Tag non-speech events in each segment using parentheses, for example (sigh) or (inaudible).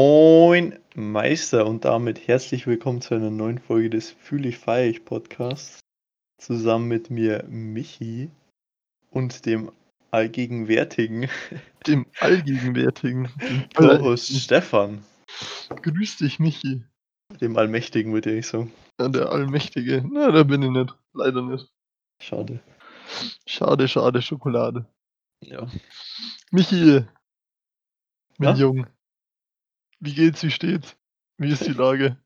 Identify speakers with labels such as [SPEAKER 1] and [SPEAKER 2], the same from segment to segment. [SPEAKER 1] Moin Meister und damit herzlich willkommen zu einer neuen Folge des Fühl ich feier ich Podcasts. Zusammen mit mir Michi und dem allgegenwärtigen
[SPEAKER 2] Dem
[SPEAKER 1] (laughs)
[SPEAKER 2] allgegenwärtigen. dem
[SPEAKER 1] Co-Host Stefan. Oh.
[SPEAKER 2] Allmächtigen. Grüß dich, Michi.
[SPEAKER 1] Dem Allmächtigen würde ich sagen.
[SPEAKER 2] Na, der Allmächtige. Na, da bin ich nicht. Leider nicht.
[SPEAKER 1] Schade.
[SPEAKER 2] Schade, schade, Schokolade.
[SPEAKER 1] Ja.
[SPEAKER 2] Michi, mein
[SPEAKER 1] Ja?
[SPEAKER 2] Jung. Wie geht's, wie steht's? Wie ist
[SPEAKER 1] (laughs)
[SPEAKER 2] die Lage?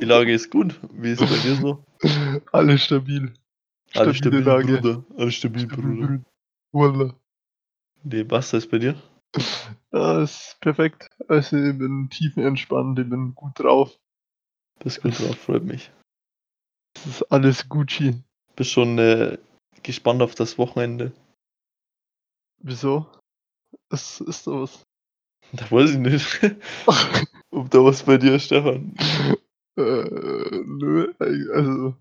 [SPEAKER 1] Die Lage ist gut. Wie ist es bei dir so?
[SPEAKER 2] Alles stabil.
[SPEAKER 1] Alles
[SPEAKER 2] Stabile
[SPEAKER 1] stabil,
[SPEAKER 2] Lage.
[SPEAKER 1] Bruder. Alles stabil, Bruder.
[SPEAKER 2] Voila.
[SPEAKER 1] Nee, Basta ist bei dir?
[SPEAKER 2] Ja, ist perfekt. Also, ich bin tiefenentspannt, ich bin gut drauf.
[SPEAKER 1] Bist gut drauf, freut mich.
[SPEAKER 2] Es ist alles Gucci.
[SPEAKER 1] Bist schon äh, gespannt auf das Wochenende? (laughs)
[SPEAKER 2] Wieso? Es ist sowas.
[SPEAKER 1] Da weiß ich nicht, ob da was bei dir ist, Stefan.
[SPEAKER 2] Äh, nö, eig- also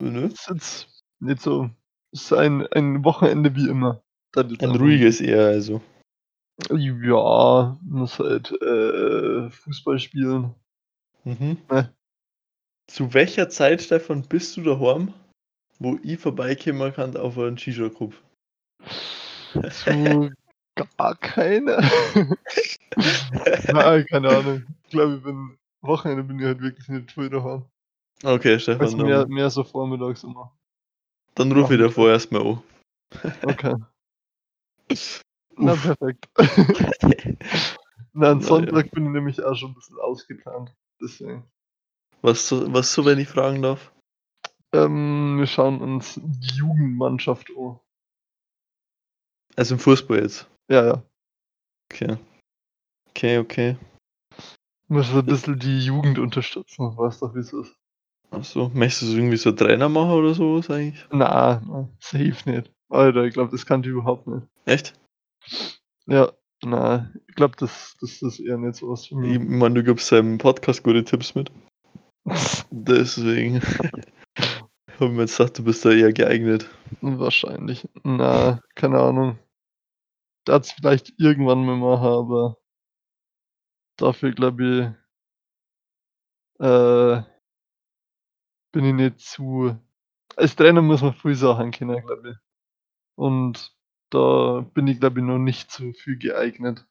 [SPEAKER 1] Ne?
[SPEAKER 2] es ist jetzt nicht so. Es ist ein, ein Wochenende wie immer. Dann ist
[SPEAKER 1] Ein
[SPEAKER 2] einfach-
[SPEAKER 1] ruhiges eher, also.
[SPEAKER 2] Ja, muss halt äh, Fußball spielen.
[SPEAKER 1] Mhm.
[SPEAKER 2] Ne.
[SPEAKER 1] Zu welcher Zeit, Stefan, bist du daheim, wo ich vorbeikommen kann auf einen Shisha-Club?
[SPEAKER 2] Zu gar keine. Nein, keine Ahnung. Ich glaube, ich bin Wochenende bin ich halt wirklich nicht früh daheim.
[SPEAKER 1] Okay,
[SPEAKER 2] Also
[SPEAKER 1] Stefan,
[SPEAKER 2] mehr,
[SPEAKER 1] dann,
[SPEAKER 2] mehr so vormittags immer.
[SPEAKER 1] dann ruf ich davor erstmal an.
[SPEAKER 2] Okay. Na
[SPEAKER 1] Uff.
[SPEAKER 2] perfekt. Na, am
[SPEAKER 1] Na ja.
[SPEAKER 2] Sonntag bin ich nämlich auch schon ein bisschen ausgeplant. Deswegen.
[SPEAKER 1] Was so, was so, wenn ich fragen darf?
[SPEAKER 2] Ähm, wir schauen uns die Jugendmannschaft um. an.
[SPEAKER 1] Also im Fußball jetzt.
[SPEAKER 2] Ja, ja.
[SPEAKER 1] Okay. Okay, okay.
[SPEAKER 2] Müssen wir ein bisschen die Jugend unterstützen, weißt doch, wie es ist.
[SPEAKER 1] Achso, möchtest du so irgendwie so Trainer machen oder sowas eigentlich?
[SPEAKER 2] Na, na, safe nicht. Alter, ich glaube, das kann die überhaupt nicht.
[SPEAKER 1] Echt?
[SPEAKER 2] Ja, na, ich glaube, das, das ist eher nicht so was für
[SPEAKER 1] Ich
[SPEAKER 2] mich.
[SPEAKER 1] meine, du gibst seinem Podcast gute Tipps mit.
[SPEAKER 2] (laughs)
[SPEAKER 1] Deswegen habe ich mir jetzt gedacht, du bist da eher geeignet.
[SPEAKER 2] Wahrscheinlich. Na, keine Ahnung. Das vielleicht irgendwann mal machen, aber dafür glaube ich, äh, bin ich nicht zu. Als Trainer muss man früh Sachen kennen, glaube ich. Und da bin ich, glaube ich, noch nicht so viel geeignet.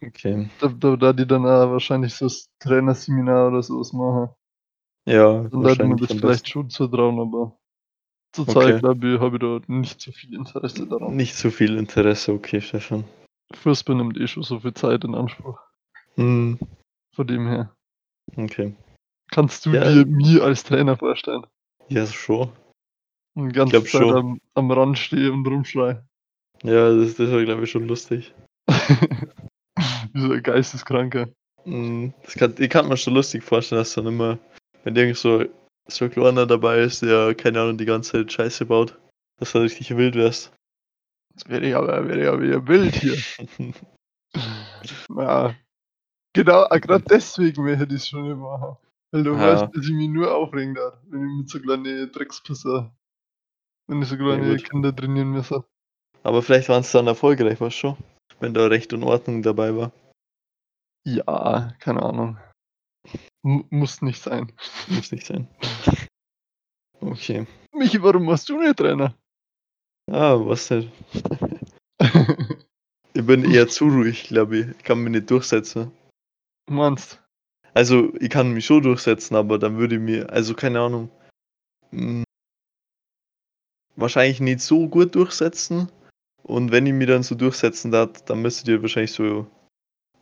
[SPEAKER 1] Okay.
[SPEAKER 2] Da, da, da die dann auch wahrscheinlich so das Trainerseminar oder sowas machen.
[SPEAKER 1] Ja,
[SPEAKER 2] Dann hätte man das
[SPEAKER 1] am
[SPEAKER 2] vielleicht schon zutrauen, aber zurzeit,
[SPEAKER 1] Okay.
[SPEAKER 2] glaube ich, habe ich da nicht so viel Interesse
[SPEAKER 1] besten
[SPEAKER 2] daran.
[SPEAKER 1] Nicht so viel Interesse, okay, Stefan.
[SPEAKER 2] Fußball nimmt eh schon so viel Zeit in Anspruch.
[SPEAKER 1] Hm,
[SPEAKER 2] Von dem her.
[SPEAKER 1] okay.
[SPEAKER 2] Kannst du
[SPEAKER 1] Ja.
[SPEAKER 2] dir mir als Trainer vorstellen?
[SPEAKER 1] Ja, schon.
[SPEAKER 2] Und ganz
[SPEAKER 1] glaub
[SPEAKER 2] Zeit
[SPEAKER 1] schon.
[SPEAKER 2] am, am Rand stehe und rumschreie.
[SPEAKER 1] Ja, das, das war, glaube ich, schon lustig.
[SPEAKER 2] (laughs) Wie so ein Geisteskranker.
[SPEAKER 1] Hm, das kann, ich kann mir schon lustig vorstellen, dass dann immer, wenn irgend so, so ein Kleiner dabei ist, der, keine Ahnung, die ganze Zeit Scheiße baut, dass du richtig wild wärst.
[SPEAKER 2] Das wäre ich aber, wäre ich aber wieder
[SPEAKER 1] (laughs)
[SPEAKER 2] wild hier. ja. Genau, ah, gerade deswegen hätte ich es schon nicht machen. Weil du
[SPEAKER 1] Ja.
[SPEAKER 2] weißt, dass ich mich nur aufregen darf, wenn ich mit so kleinen Dreckspisser, wenn ich so kleine
[SPEAKER 1] gut.
[SPEAKER 2] Kinder trainieren müsse.
[SPEAKER 1] Aber vielleicht waren es dann erfolgreich, weißt du schon? Wenn da Recht und Ordnung dabei war.
[SPEAKER 2] Ja, keine Ahnung. M muss nicht sein.
[SPEAKER 1] Muss nicht sein. Okay.
[SPEAKER 2] Michi, warum warst du
[SPEAKER 1] (laughs)
[SPEAKER 2] nicht Trainer?
[SPEAKER 1] Ah, was denn? Ich bin eher zu ruhig, glaube ich. Ich kann mich nicht durchsetzen.
[SPEAKER 2] Meinst
[SPEAKER 1] Also, ich kann mich schon durchsetzen, aber dann würde ich mir, also keine Ahnung, mm, wahrscheinlich nicht so gut durchsetzen. Und wenn ich mich dann so durchsetzen darf, dann müsstet ihr wahrscheinlich so,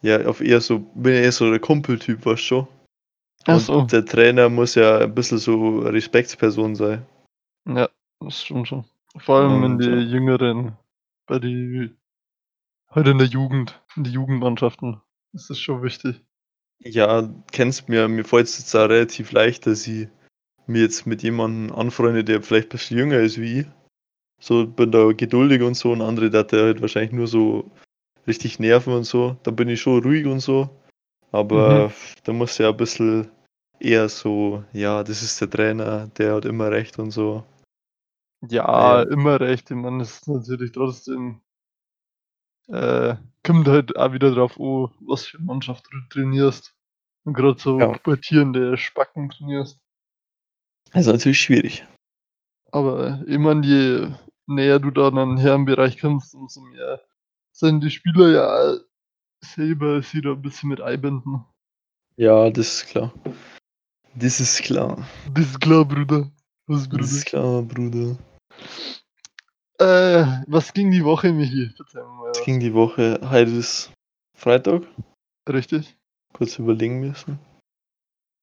[SPEAKER 1] ja, auf eher so, bin ja eher so der Kumpeltyp, weißt du schon.
[SPEAKER 2] du?
[SPEAKER 1] Und
[SPEAKER 2] Achso.
[SPEAKER 1] der Trainer muss ja ein bisschen so Respektsperson sein.
[SPEAKER 2] Ja, das stimmt schon. Vor allem in
[SPEAKER 1] Und,
[SPEAKER 2] die
[SPEAKER 1] ja.
[SPEAKER 2] Jüngeren, bei die, halt in der Jugend, in die Jugendmannschaften. Das ist schon wichtig.
[SPEAKER 1] Ja, kennst mir, mir fällt es jetzt auch relativ leicht, dass ich mir jetzt mit jemandem anfreunde, der vielleicht ein bisschen jünger ist wie ich. So bin da geduldig und so und andere, der hat halt wahrscheinlich nur so richtig Nerven und so. Da bin ich schon ruhig und so. Aber da muss ja ein bisschen eher so, ja, das ist der Trainer, der hat immer recht und so.
[SPEAKER 2] Ja,
[SPEAKER 1] Ja.
[SPEAKER 2] immer recht. Ich meine, das ist natürlich trotzdem äh, kommt halt auch wieder drauf an, was für eine Mannschaft du trainierst. Und gerade so
[SPEAKER 1] Ja.
[SPEAKER 2] pubertierende Spacken trainierst.
[SPEAKER 1] Das ist natürlich schwierig.
[SPEAKER 2] Aber äh, ich meine, je näher du da an den Herrenbereich kommst, umso mehr sind die Spieler ja auch selber sie da ein bisschen mit einbinden.
[SPEAKER 1] Ja, das ist klar. Das ist klar.
[SPEAKER 2] Das ist klar, Bruder. Was, Bruder?
[SPEAKER 1] Das ist klar, Bruder.
[SPEAKER 2] Äh, was ging die Woche, Michi? Verzeih mir mal.
[SPEAKER 1] Es
[SPEAKER 2] was.
[SPEAKER 1] ging die Woche. Heute ist Freitag.
[SPEAKER 2] Richtig?
[SPEAKER 1] Kurz überlegen müssen.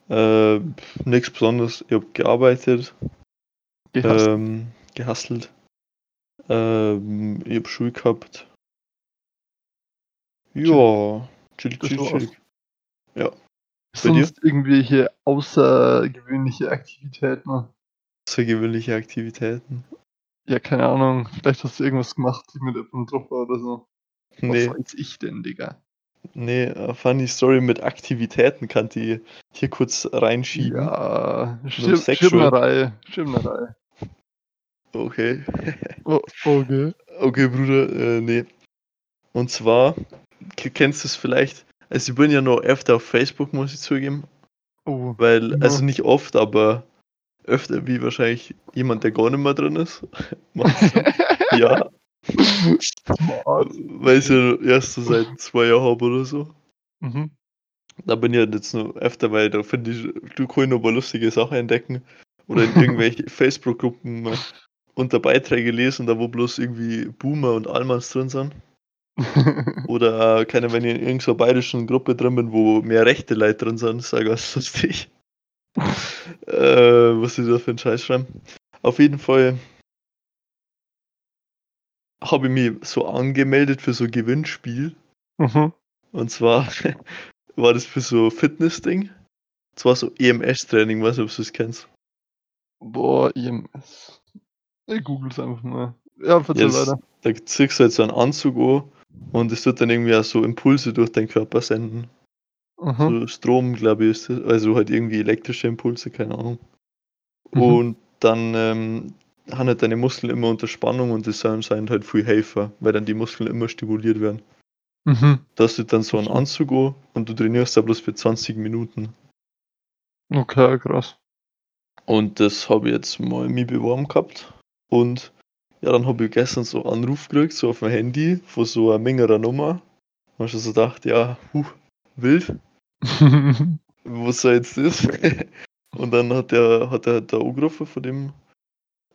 [SPEAKER 1] Äh, pf, nichts Besonderes. Ich habe gearbeitet,
[SPEAKER 2] Gehasst.
[SPEAKER 1] ähm, gehustelt. Ähm, ich habe Schule gehabt. Ja, chill,
[SPEAKER 2] Das
[SPEAKER 1] chill,
[SPEAKER 2] war's.
[SPEAKER 1] chill. bei dir?
[SPEAKER 2] Sonst irgendwelche außergewöhnliche Aktivitäten?
[SPEAKER 1] Außergewöhnliche Aktivitäten.
[SPEAKER 2] Ja, keine Ahnung. Vielleicht hast du irgendwas gemacht mit einem Dropper oder so.
[SPEAKER 1] Nee.
[SPEAKER 2] Was weiß ich denn, Digga?
[SPEAKER 1] Nee, äh, funny Story mit Aktivitäten kann die hier kurz reinschieben.
[SPEAKER 2] Ja,
[SPEAKER 1] So
[SPEAKER 2] Schir
[SPEAKER 1] sexual.
[SPEAKER 2] Schirmerei. Schirmerei.
[SPEAKER 1] Okay. (laughs)
[SPEAKER 2] Oh, okay.
[SPEAKER 1] Okay, Bruder, äh, nee. Und zwar, k- kennst du es vielleicht? Also, ich bin ja noch öfter auf Facebook, muss ich zugeben.
[SPEAKER 2] Oh.
[SPEAKER 1] Weil,
[SPEAKER 2] Ja.
[SPEAKER 1] also nicht oft, aber öfter wie wahrscheinlich jemand, der gar nicht mehr drin ist. (laughs) Macht's so. ja, weil ich ja erst so seit zwei Jahren habe oder so.
[SPEAKER 2] (laughs) Mhm.
[SPEAKER 1] Da bin ich halt jetzt nur öfter, weil da finde ich, du kannst noch mal lustige Sachen entdecken. Oder in irgendwelche Facebook-Gruppen äh, unter Beiträge lesen, da wo bloß irgendwie Boomer und Allmanns drin sind. Oder äh, keine, wenn ich in irgendeiner bayerischen Gruppe drin bin, wo mehr rechte Leute drin sind, ist ja ganz lustig. äh, was sie da für einen Scheiß schreiben. Auf jeden Fall habe ich mich so angemeldet für so ein Gewinnspiel.
[SPEAKER 2] mhm.
[SPEAKER 1] Und zwar (laughs) war das für so Fitness-Ding. Zwar so EMS-Training, weiß nicht, ob du es kennst.
[SPEAKER 2] Boah, EMS. Ich google's einfach mal. Ja, verzeih
[SPEAKER 1] Ja, das-
[SPEAKER 2] weiter.
[SPEAKER 1] Da ziehst du halt so einen Anzug an und es tut dann irgendwie auch so Impulse durch deinen Körper senden.
[SPEAKER 2] Mhm.
[SPEAKER 1] So Äh, Strom, glaube ich, ist das. Also halt irgendwie elektrische Impulse, keine Ahnung.
[SPEAKER 2] Mhm.
[SPEAKER 1] Und dann ähm, haben halt deine Muskeln immer unter Spannung und das sind sind halt viel Helfer, weil dann die Muskeln immer stimuliert werden.
[SPEAKER 2] Mhm.
[SPEAKER 1] Da hast du dann so einen Anzug an und du trainierst da bloß für 20 Minuten.
[SPEAKER 2] Okay, (laughs) krass.
[SPEAKER 1] Und das habe ich jetzt mal mich beworben gehabt. Und ja, dann habe ich gestern so einen Anruf gekriegt, so auf dem Handy, von so einer Mengerer Nummer. Und ich so gedacht, ja, huh, wild, was soll jetzt
[SPEAKER 2] (laughs)
[SPEAKER 1] das? und dann hat der, hat der, der angerufen von dem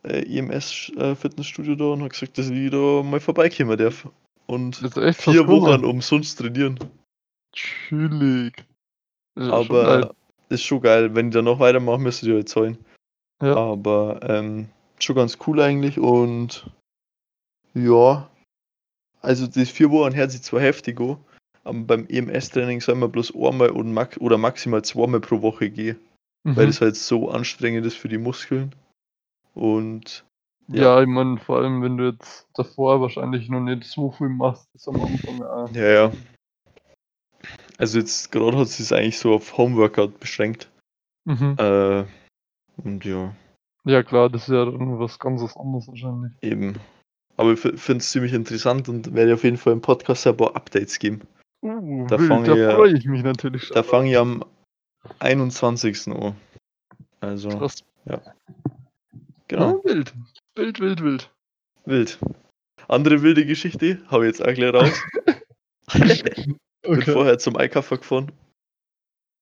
[SPEAKER 1] äh, EMS-Fitnessstudio da und hat gesagt, dass ich da mal vorbeikommen darf. Und
[SPEAKER 2] ist echt
[SPEAKER 1] vier
[SPEAKER 2] was geworden.
[SPEAKER 1] Wochen umsonst trainieren.
[SPEAKER 2] Chillig. Das ist ja schon
[SPEAKER 1] Aber
[SPEAKER 2] geil.
[SPEAKER 1] ist schon geil. Wenn die dann noch weitermachen, müsst ihr halt zahlen.
[SPEAKER 2] Ja.
[SPEAKER 1] Aber ähm, schon ganz cool eigentlich und ja. Also die vier Wochen hört sich zwar heftig an, aber beim E EMS-Training soll man bloß einmal und max oder maximal zweimal pro Woche gehen,
[SPEAKER 2] Mhm.
[SPEAKER 1] weil das halt so anstrengend ist für die Muskeln. Und
[SPEAKER 2] ja. ich meine, vor allem, wenn du jetzt davor wahrscheinlich noch nicht so viel machst, ist am Anfang auch.
[SPEAKER 1] ja, ja. Also jetzt gerade hat sie es eigentlich so auf Homeworkout beschränkt.
[SPEAKER 2] Mhm.
[SPEAKER 1] Äh, und ja,
[SPEAKER 2] Ja, klar, das ist ja dann was ganz was anderes wahrscheinlich.
[SPEAKER 1] eben. Aber ich finde es ziemlich interessant und werde auf jeden Fall im Podcast ein paar Updates geben.
[SPEAKER 2] Uh,
[SPEAKER 1] Da
[SPEAKER 2] wild,
[SPEAKER 1] fang
[SPEAKER 2] da
[SPEAKER 1] ich ja-
[SPEAKER 2] freue ich mich natürlich schon.
[SPEAKER 1] Da
[SPEAKER 2] drauf.
[SPEAKER 1] fange ich am 21. an. Also,
[SPEAKER 2] Krass.
[SPEAKER 1] genau,
[SPEAKER 2] Ah, wild. Wild, wild, wild.
[SPEAKER 1] wild. Andere wilde Geschichte, habe ich jetzt auch gleich
[SPEAKER 2] (laughs)
[SPEAKER 1] raus. Bin
[SPEAKER 2] Okay.
[SPEAKER 1] vorher zum Einkaufen gefahren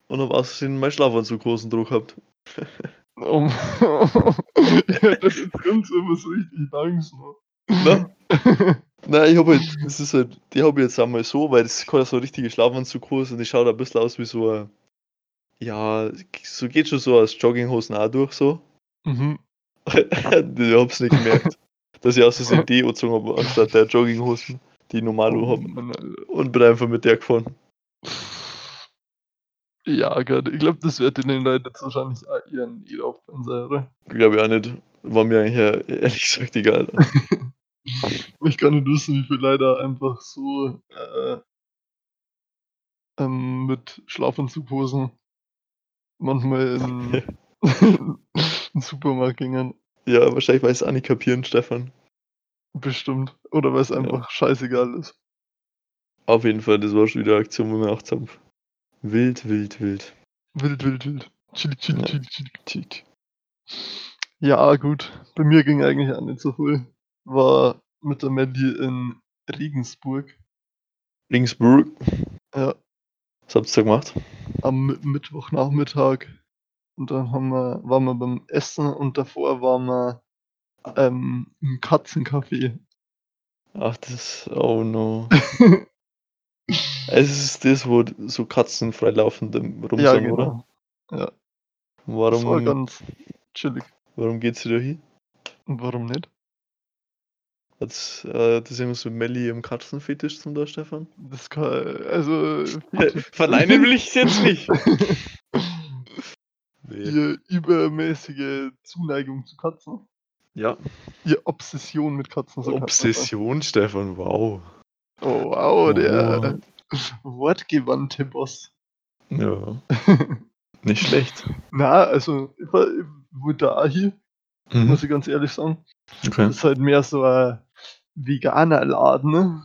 [SPEAKER 1] und habe außerdem meinen Schlafanzug großen Druck gehabt.
[SPEAKER 2] Um, (laughs) ja, das ist ganz immer so richtig ne? langsam.
[SPEAKER 1] Na? Nein, ich habe halt, das ist halt, die habe ich jetzt einmal so, weil das kann ja so ein richtiger Schlafanzughose und die schaut ein bisschen aus wie so ein, ja, so geht schon so als Jogginghosen auch durch so.
[SPEAKER 2] (laughs)
[SPEAKER 1] (laughs)
[SPEAKER 2] Mhm.
[SPEAKER 1] ich hab's nicht gemerkt, dass ich aus Versehen die angezogen habe, anstatt der Jogginghosen, die ich normal habe.
[SPEAKER 2] Mann, Alter.
[SPEAKER 1] und bin einfach mit der gefahren.
[SPEAKER 2] äh, Ja, Gott, ich glaube, das wird den Leuten jetzt wahrscheinlich auch eher nicht auffallen, sein, oder?
[SPEAKER 1] Glaube ich auch nicht. War mir eigentlich äh, ehrlich gesagt egal.
[SPEAKER 2] Ich kann nicht wissen, wie viele Leute einfach so äh, ähm, mit Schlafanzughosen manchmal in in den Supermarkt gingen.
[SPEAKER 1] ja, wahrscheinlich weiß es auch nicht kapieren, Stefan.
[SPEAKER 2] Bestimmt. Oder weil es einfach scheißegal ist.
[SPEAKER 1] Auf jeden Fall, das war schon wieder eine Aktion, wo wir auch haben. Wild, wild, wild.
[SPEAKER 2] Wild, wild, wild. Chili, chili,
[SPEAKER 1] Ja.
[SPEAKER 2] chili, chili, chili. Ja, gut. Bei mir ging eigentlich auch nicht so viel. War mit der Melli in Regensburg.
[SPEAKER 1] Regensburg,
[SPEAKER 2] Ja,
[SPEAKER 1] was habt ihr da gemacht?
[SPEAKER 2] am Mi- Mittwochnachmittag. Und dann haben wir, waren wir beim Essen und davor waren wir ähm, im Katzencafé.
[SPEAKER 1] Ach, das, oh
[SPEAKER 2] (laughs)
[SPEAKER 1] no. Es ist das, wo so Katzen frei laufend rum
[SPEAKER 2] ja,
[SPEAKER 1] sind, oder?
[SPEAKER 2] genau. Das war
[SPEAKER 1] Warum,
[SPEAKER 2] ganz chillig.
[SPEAKER 1] warum geht's da hin?
[SPEAKER 2] Und warum nicht?
[SPEAKER 1] Hat äh, das irgendwas mit Melli im Katzenfetisch zum da,
[SPEAKER 2] (laughs)
[SPEAKER 1] Stefan?
[SPEAKER 2] Das kann,
[SPEAKER 1] (laughs)
[SPEAKER 2] also,
[SPEAKER 1] Verneinen will ich es jetzt
[SPEAKER 2] (laughs)
[SPEAKER 1] nicht. Nee.
[SPEAKER 2] ihr übermäßige Zuneigung zu Katzen.
[SPEAKER 1] Ja,
[SPEAKER 2] Ihr Obsession mit Katzen. so kann man sagen.
[SPEAKER 1] Obsession, Stefan, wow.
[SPEAKER 2] Oh, wow, der äh,
[SPEAKER 1] Wow.
[SPEAKER 2] wortgewandte Boss.
[SPEAKER 1] Ja, nicht schlecht.
[SPEAKER 2] (laughs) Na, also, ich war, ich wurde da hier,
[SPEAKER 1] Mhm.
[SPEAKER 2] muss ich ganz ehrlich sagen.
[SPEAKER 1] Okay.
[SPEAKER 2] Das ist halt mehr so ein veganer Laden, ne?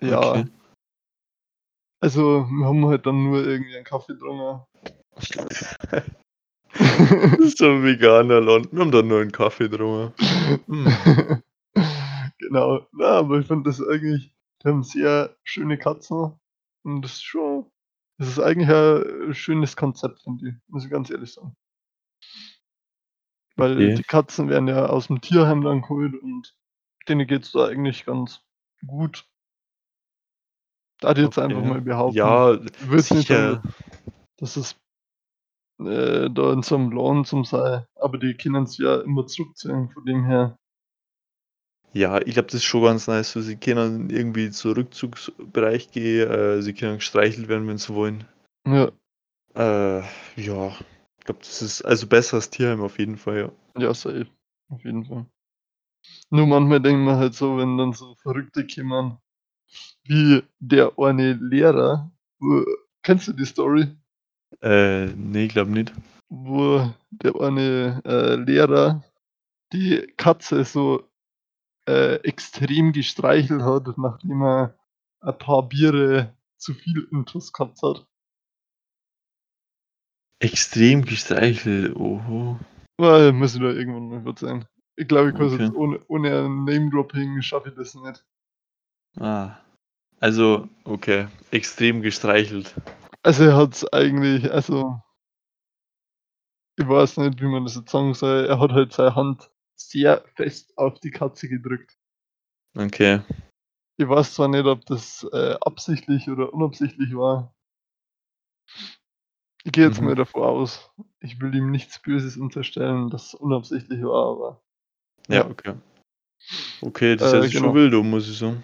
[SPEAKER 2] Ja,
[SPEAKER 1] Okay.
[SPEAKER 2] also, wir haben halt dann nur irgendwie einen Kaffee getrunken.
[SPEAKER 1] Das ist (laughs) so ein veganer Land. Wir haben da nur einen Kaffee
[SPEAKER 2] (laughs)
[SPEAKER 1] drüber. Hm.
[SPEAKER 2] genau. Na, aber ich finde das eigentlich, die haben sehr schöne Katzen. Und das ist schon, das ist eigentlich ein äh, schönes Konzept, finde ich. Muss ich ganz ehrlich sagen. Weil
[SPEAKER 1] Okay.
[SPEAKER 2] die Katzen werden ja aus dem Tierheim dann geholt und denen geht's da eigentlich ganz gut. Da die jetzt einfach
[SPEAKER 1] Okay.
[SPEAKER 2] mal behaupten.
[SPEAKER 1] Ja,
[SPEAKER 2] Ich würd's nicht
[SPEAKER 1] sicher.
[SPEAKER 2] sagen, dass es äh, da in so einem Lohn zum sei. Aber die können es ja immer zurückziehen, von dem her.
[SPEAKER 1] Ja, ich glaube, das ist schon ganz nice. So, sie können irgendwie zu Rückzugsbereich gehen, äh, sie können gestreichelt werden, wenn sie wollen.
[SPEAKER 2] Ja,
[SPEAKER 1] Äh, ja, ich glaube, das ist also besser als Tierheim auf jeden Fall, ja.
[SPEAKER 2] ja, safe. Auf jeden Fall. Nur manchmal denkt man halt so, wenn dann so Verrückte kommen, wie der eine Lehrer. Wo, kennst du die Story?
[SPEAKER 1] Äh, nee, ich glaube nicht.
[SPEAKER 2] Wo der eine äh, Lehrer die Katze so äh, extrem gestreichelt hat, nachdem er ein paar Biere zu viel Intus gehabt hat.
[SPEAKER 1] Extrem gestreichelt, oho.
[SPEAKER 2] Weil, muss ich da irgendwann mal kurz sein. Ich glaube, ich kann es
[SPEAKER 1] Okay.
[SPEAKER 2] jetzt ohne, ohne ein Name-Dropping schaffe ich das nicht.
[SPEAKER 1] Ah. Also, okay, extrem gestreichelt.
[SPEAKER 2] Also er hat's eigentlich, also ich weiß nicht, wie man das jetzt sagen soll. Er hat halt seine Hand sehr fest auf die Katze gedrückt.
[SPEAKER 1] Okay.
[SPEAKER 2] Ich weiß zwar nicht, ob das äh, absichtlich oder unabsichtlich war. Ich gehe jetzt
[SPEAKER 1] Mhm.
[SPEAKER 2] mal davon aus. Ich will ihm nichts Böses unterstellen, das unabsichtlich war, aber
[SPEAKER 1] Ja,
[SPEAKER 2] Ja.
[SPEAKER 1] okay. Okay, das
[SPEAKER 2] Äh,
[SPEAKER 1] ist
[SPEAKER 2] genau.
[SPEAKER 1] schon wild, um, muss ich sagen.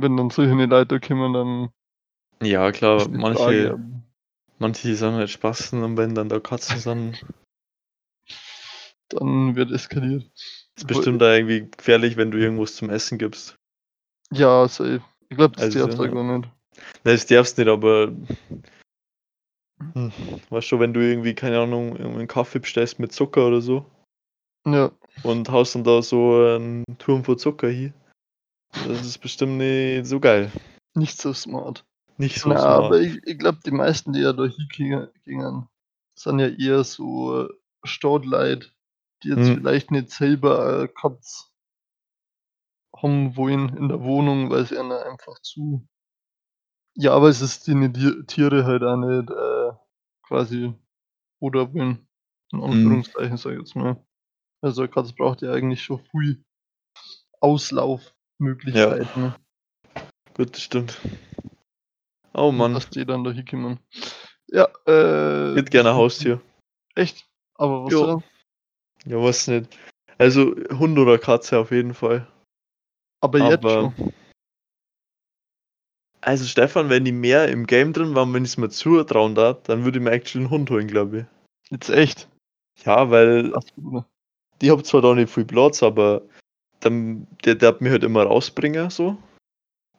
[SPEAKER 2] wenn dann solche Leute kommen, dann
[SPEAKER 1] Ja, klar,
[SPEAKER 2] ist die
[SPEAKER 1] manche,
[SPEAKER 2] Frage,
[SPEAKER 1] manche sind halt Spasten und wenn dann da Katzen sind,
[SPEAKER 2] dann wird eskaliert.
[SPEAKER 1] ist bestimmt da irgendwie gefährlich, wenn du irgendwas zum Essen gibst.
[SPEAKER 2] Ja, safe. Ich glaube, das
[SPEAKER 1] Also,
[SPEAKER 2] also, darfst du
[SPEAKER 1] ja.
[SPEAKER 2] gar nicht.
[SPEAKER 1] Nein, das darfst nicht, aber. Hm, weißt schon, wenn du irgendwie, keine Ahnung, einen Kaffee bestellst mit Zucker oder so
[SPEAKER 2] Ja.
[SPEAKER 1] und haust dann da so einen Turm von Zucker hier. Das ist bestimmt nicht so geil.
[SPEAKER 2] Nicht so smart.
[SPEAKER 1] Nicht so
[SPEAKER 2] Na,
[SPEAKER 1] smart.
[SPEAKER 2] aber ich, ich glaube, die meisten, die ja da hingingen, sind ja eher so Stautleit, die jetzt
[SPEAKER 1] Hm.
[SPEAKER 2] vielleicht nicht selber äh, Katz haben wollen in der Wohnung, weil sie ihnen einfach zu. Ja, aber es ist die Ni- Tiere halt auch nicht äh, quasi oder wollen. In Anführungszeichen, sag ich jetzt mal. Also eine Katze braucht ja eigentlich schon viel Auslaufmöglichkeiten. ne?
[SPEAKER 1] Gut, das stimmt. Oh
[SPEAKER 2] Und
[SPEAKER 1] Mann,
[SPEAKER 2] Dass die dann da hinkommen. Ja, äh.
[SPEAKER 1] ich hätte gerne ein Haustier.
[SPEAKER 2] Echt? Aber was
[SPEAKER 1] Jo.
[SPEAKER 2] soll?
[SPEAKER 1] Ja, weiß nicht. Also Hund oder Katze auf jeden Fall.
[SPEAKER 2] Aber jetzt
[SPEAKER 1] Aber-
[SPEAKER 2] schon.
[SPEAKER 1] Also Stefan, wenn ich mehr im Game drin war und wenn ich es mir zutrauen darf, dann würde ich mir actually einen Hund holen, glaube
[SPEAKER 2] Jetzt echt.
[SPEAKER 1] ich. Ja, weil
[SPEAKER 2] Ach, Bruder.
[SPEAKER 1] ich habe zwar da nicht viel Platz, aber dann, der darf mich halt immer rausbringen, so.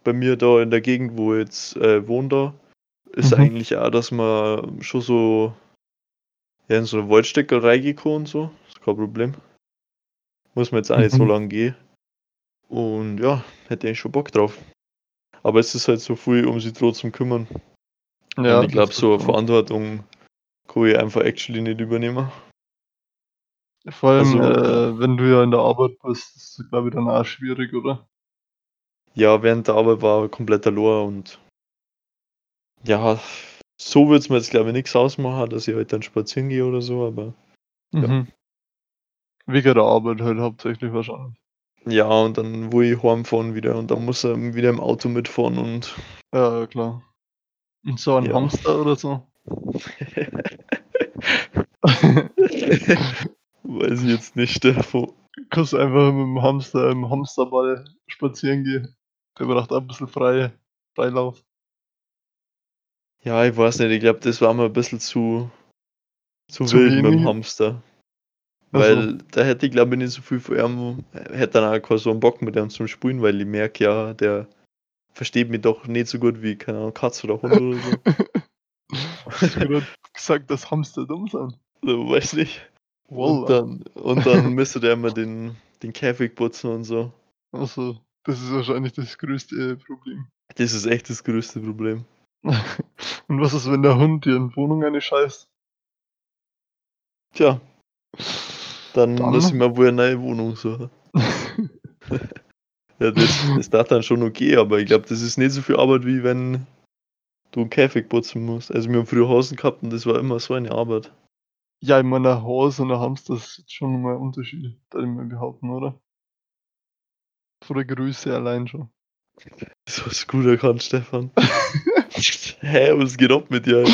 [SPEAKER 1] Bei mir da in der Gegend, wo ich jetzt äh, wohne da, ist
[SPEAKER 2] Mhm.
[SPEAKER 1] eigentlich auch, dass man schon so ja, in so eine Waldstecke reingekommen und so. Ist kein Problem. Muss man jetzt auch nicht so
[SPEAKER 2] Mhm.
[SPEAKER 1] lange gehen. Und ja, hätte ich schon Bock drauf. Aber es ist halt so viel, um sie trotzdem kümmern.
[SPEAKER 2] Ja,
[SPEAKER 1] und ich glaube,
[SPEAKER 2] das
[SPEAKER 1] so eine
[SPEAKER 2] stimmt.
[SPEAKER 1] Verantwortung kann ich einfach actually nicht übernehmen.
[SPEAKER 2] Vor allem,
[SPEAKER 1] also-
[SPEAKER 2] äh, wenn du ja in der Arbeit bist, ist es, glaube ich, dann auch schwierig, oder?
[SPEAKER 1] Ja, während der Arbeit war ich komplett verloren und ja, so würde es mir jetzt glaube ich nichts ausmachen, dass ich halt dann spazieren gehe oder so, aber Ja.
[SPEAKER 2] Mhm. Wegen der Arbeit halt hauptsächlich wahrscheinlich.
[SPEAKER 1] ja, und dann wo ich heimfahren wieder und dann muss er wieder im Auto mitfahren und (laughs)
[SPEAKER 2] Ja, ja, klar. Und so ein
[SPEAKER 1] Ja.
[SPEAKER 2] Hamster oder
[SPEAKER 1] (laughs)
[SPEAKER 2] so. (laughs)
[SPEAKER 1] weiß ich jetzt nicht davon.
[SPEAKER 2] Kannst einfach mit dem Hamster im Hamsterball spazieren gehen. Der braucht auch ein bisschen frei, Freilauf.
[SPEAKER 1] Ja, ich weiß nicht, ich glaube, das war mir ein bisschen zu, zu,
[SPEAKER 2] Zu
[SPEAKER 1] wild mit dem
[SPEAKER 2] wenig?
[SPEAKER 1] Hamster.
[SPEAKER 2] Also,
[SPEAKER 1] Weil da hätte ich glaube ich nicht so viel von ihm, hätte dann auch keinen so einen Bock mit ihm zum Spielen, weil ich merke, ja, der versteht mich doch nicht so gut wie, keine Ahnung, Katz oder Hund oder
[SPEAKER 2] (laughs)
[SPEAKER 1] so.
[SPEAKER 2] hast
[SPEAKER 1] (laughs)
[SPEAKER 2] du gerade gesagt, dass Hamster dumm sind.
[SPEAKER 1] so weiß nicht.
[SPEAKER 2] Wallah.
[SPEAKER 1] Und dann, und
[SPEAKER 2] (laughs)
[SPEAKER 1] dann müsste der immer den, den Käfig putzen und so.
[SPEAKER 2] Also, das ist wahrscheinlich das größte äh, Problem.
[SPEAKER 1] Das ist echt das größte Problem.
[SPEAKER 2] Und was ist, wenn der Hund dir in die Wohnung eine scheißt?
[SPEAKER 1] Tja, dann,
[SPEAKER 2] Dann?
[SPEAKER 1] muss ich mal wohl eine neue Wohnung suchen. Ja, das, das darf dann schon okay, aber ich glaube, das ist nicht so viel Arbeit, wie wenn du einen Käfig putzen musst. Also, wir haben früher Hausen gehabt und das war immer so eine Arbeit.
[SPEAKER 2] (laughs) ja, ich meine, ein Haus und ein Hamster sind schon mal Unterschiede, würde ich mal behaupten, oder? Von der Größe allein schon.
[SPEAKER 1] Das hast du gut erkannt,
[SPEAKER 2] (laughs)
[SPEAKER 1] Stefan. Hä, was geht ab mit dir?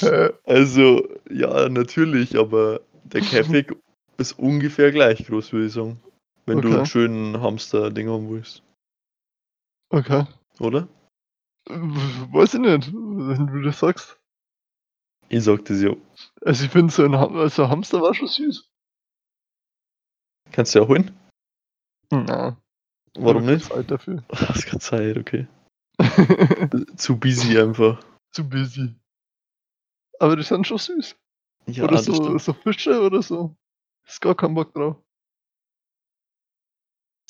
[SPEAKER 2] Äh,
[SPEAKER 1] Also, ja, natürlich, aber der Käfig ist ungefähr gleich groß, würde ich sagen. Wenn du
[SPEAKER 2] Okay.
[SPEAKER 1] einen schönen Hamster-Ding haben willst,
[SPEAKER 2] okay.
[SPEAKER 1] oder?
[SPEAKER 2] Äh, Weiß ich nicht, wenn du das sagst.
[SPEAKER 1] Ich sag das ja.
[SPEAKER 2] Also ich finde so ein Ham also Hamster war schon süß.
[SPEAKER 1] Kannst du ja holen?
[SPEAKER 2] Na,
[SPEAKER 1] Warum nicht? (laughs)
[SPEAKER 2] Zeit dafür.
[SPEAKER 1] Hast keine Zeit, okay. (laughs) Zu busy einfach.
[SPEAKER 2] Zu busy. Aber die sind schon süß.
[SPEAKER 1] Ja,
[SPEAKER 2] oder
[SPEAKER 1] das
[SPEAKER 2] so,
[SPEAKER 1] stimmt.
[SPEAKER 2] so Fische oder so. Ist gar kein Bock drauf.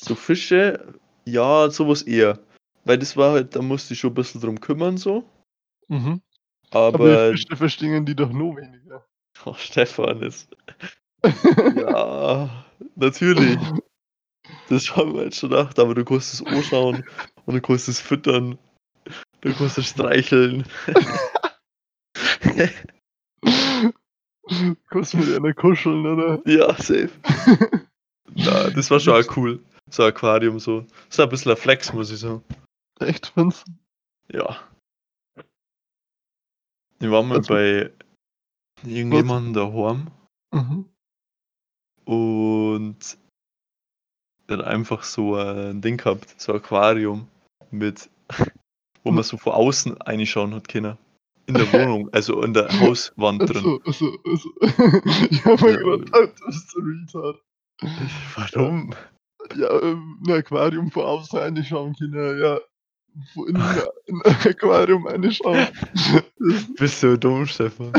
[SPEAKER 1] So Fische, ja, sowas eher. Weil das war halt, da musste ich schon ein bisschen drum kümmern, so.
[SPEAKER 2] Mhm. Aber
[SPEAKER 1] Aber,
[SPEAKER 2] die Fische verstehen die doch nur (laughs) weniger.
[SPEAKER 1] (laughs) oh, Stefan ist. Ja, natürlich. Das haben wir halt schon gedacht, aber du kannst es anschauen und du kannst es füttern. Du kannst es streicheln.
[SPEAKER 2] Kurz mit einer kuscheln, oder?
[SPEAKER 1] Ja, safe. Na, das war schon auch cool. So ein Aquarium, so. Das ist ein bisschen ein Flex, muss ich sagen.
[SPEAKER 2] Echt, findest
[SPEAKER 1] Ja. Wir waren mal
[SPEAKER 2] Also-
[SPEAKER 1] bei irgendjemandem daheim
[SPEAKER 2] Mhm.
[SPEAKER 1] und dann einfach so ein Ding gehabt, so ein Aquarium mit, wo man so von außen reinschauen hat können. In
[SPEAKER 2] (laughs)
[SPEAKER 1] der Wohnung, also in der Hauswand drin.
[SPEAKER 2] Also, also, also. (laughs) ich hab mir
[SPEAKER 1] Ja. äh,
[SPEAKER 2] gerade gedacht, das ist so retard.
[SPEAKER 1] Warum?
[SPEAKER 2] Ja, ähm, ein Aquarium von außen reinschauen, Kinder, ja.
[SPEAKER 1] (laughs)
[SPEAKER 2] Von innen in ein Aquarium reinschauen. Das-
[SPEAKER 1] Bist du dumm,
[SPEAKER 2] (laughs)
[SPEAKER 1] Stefan?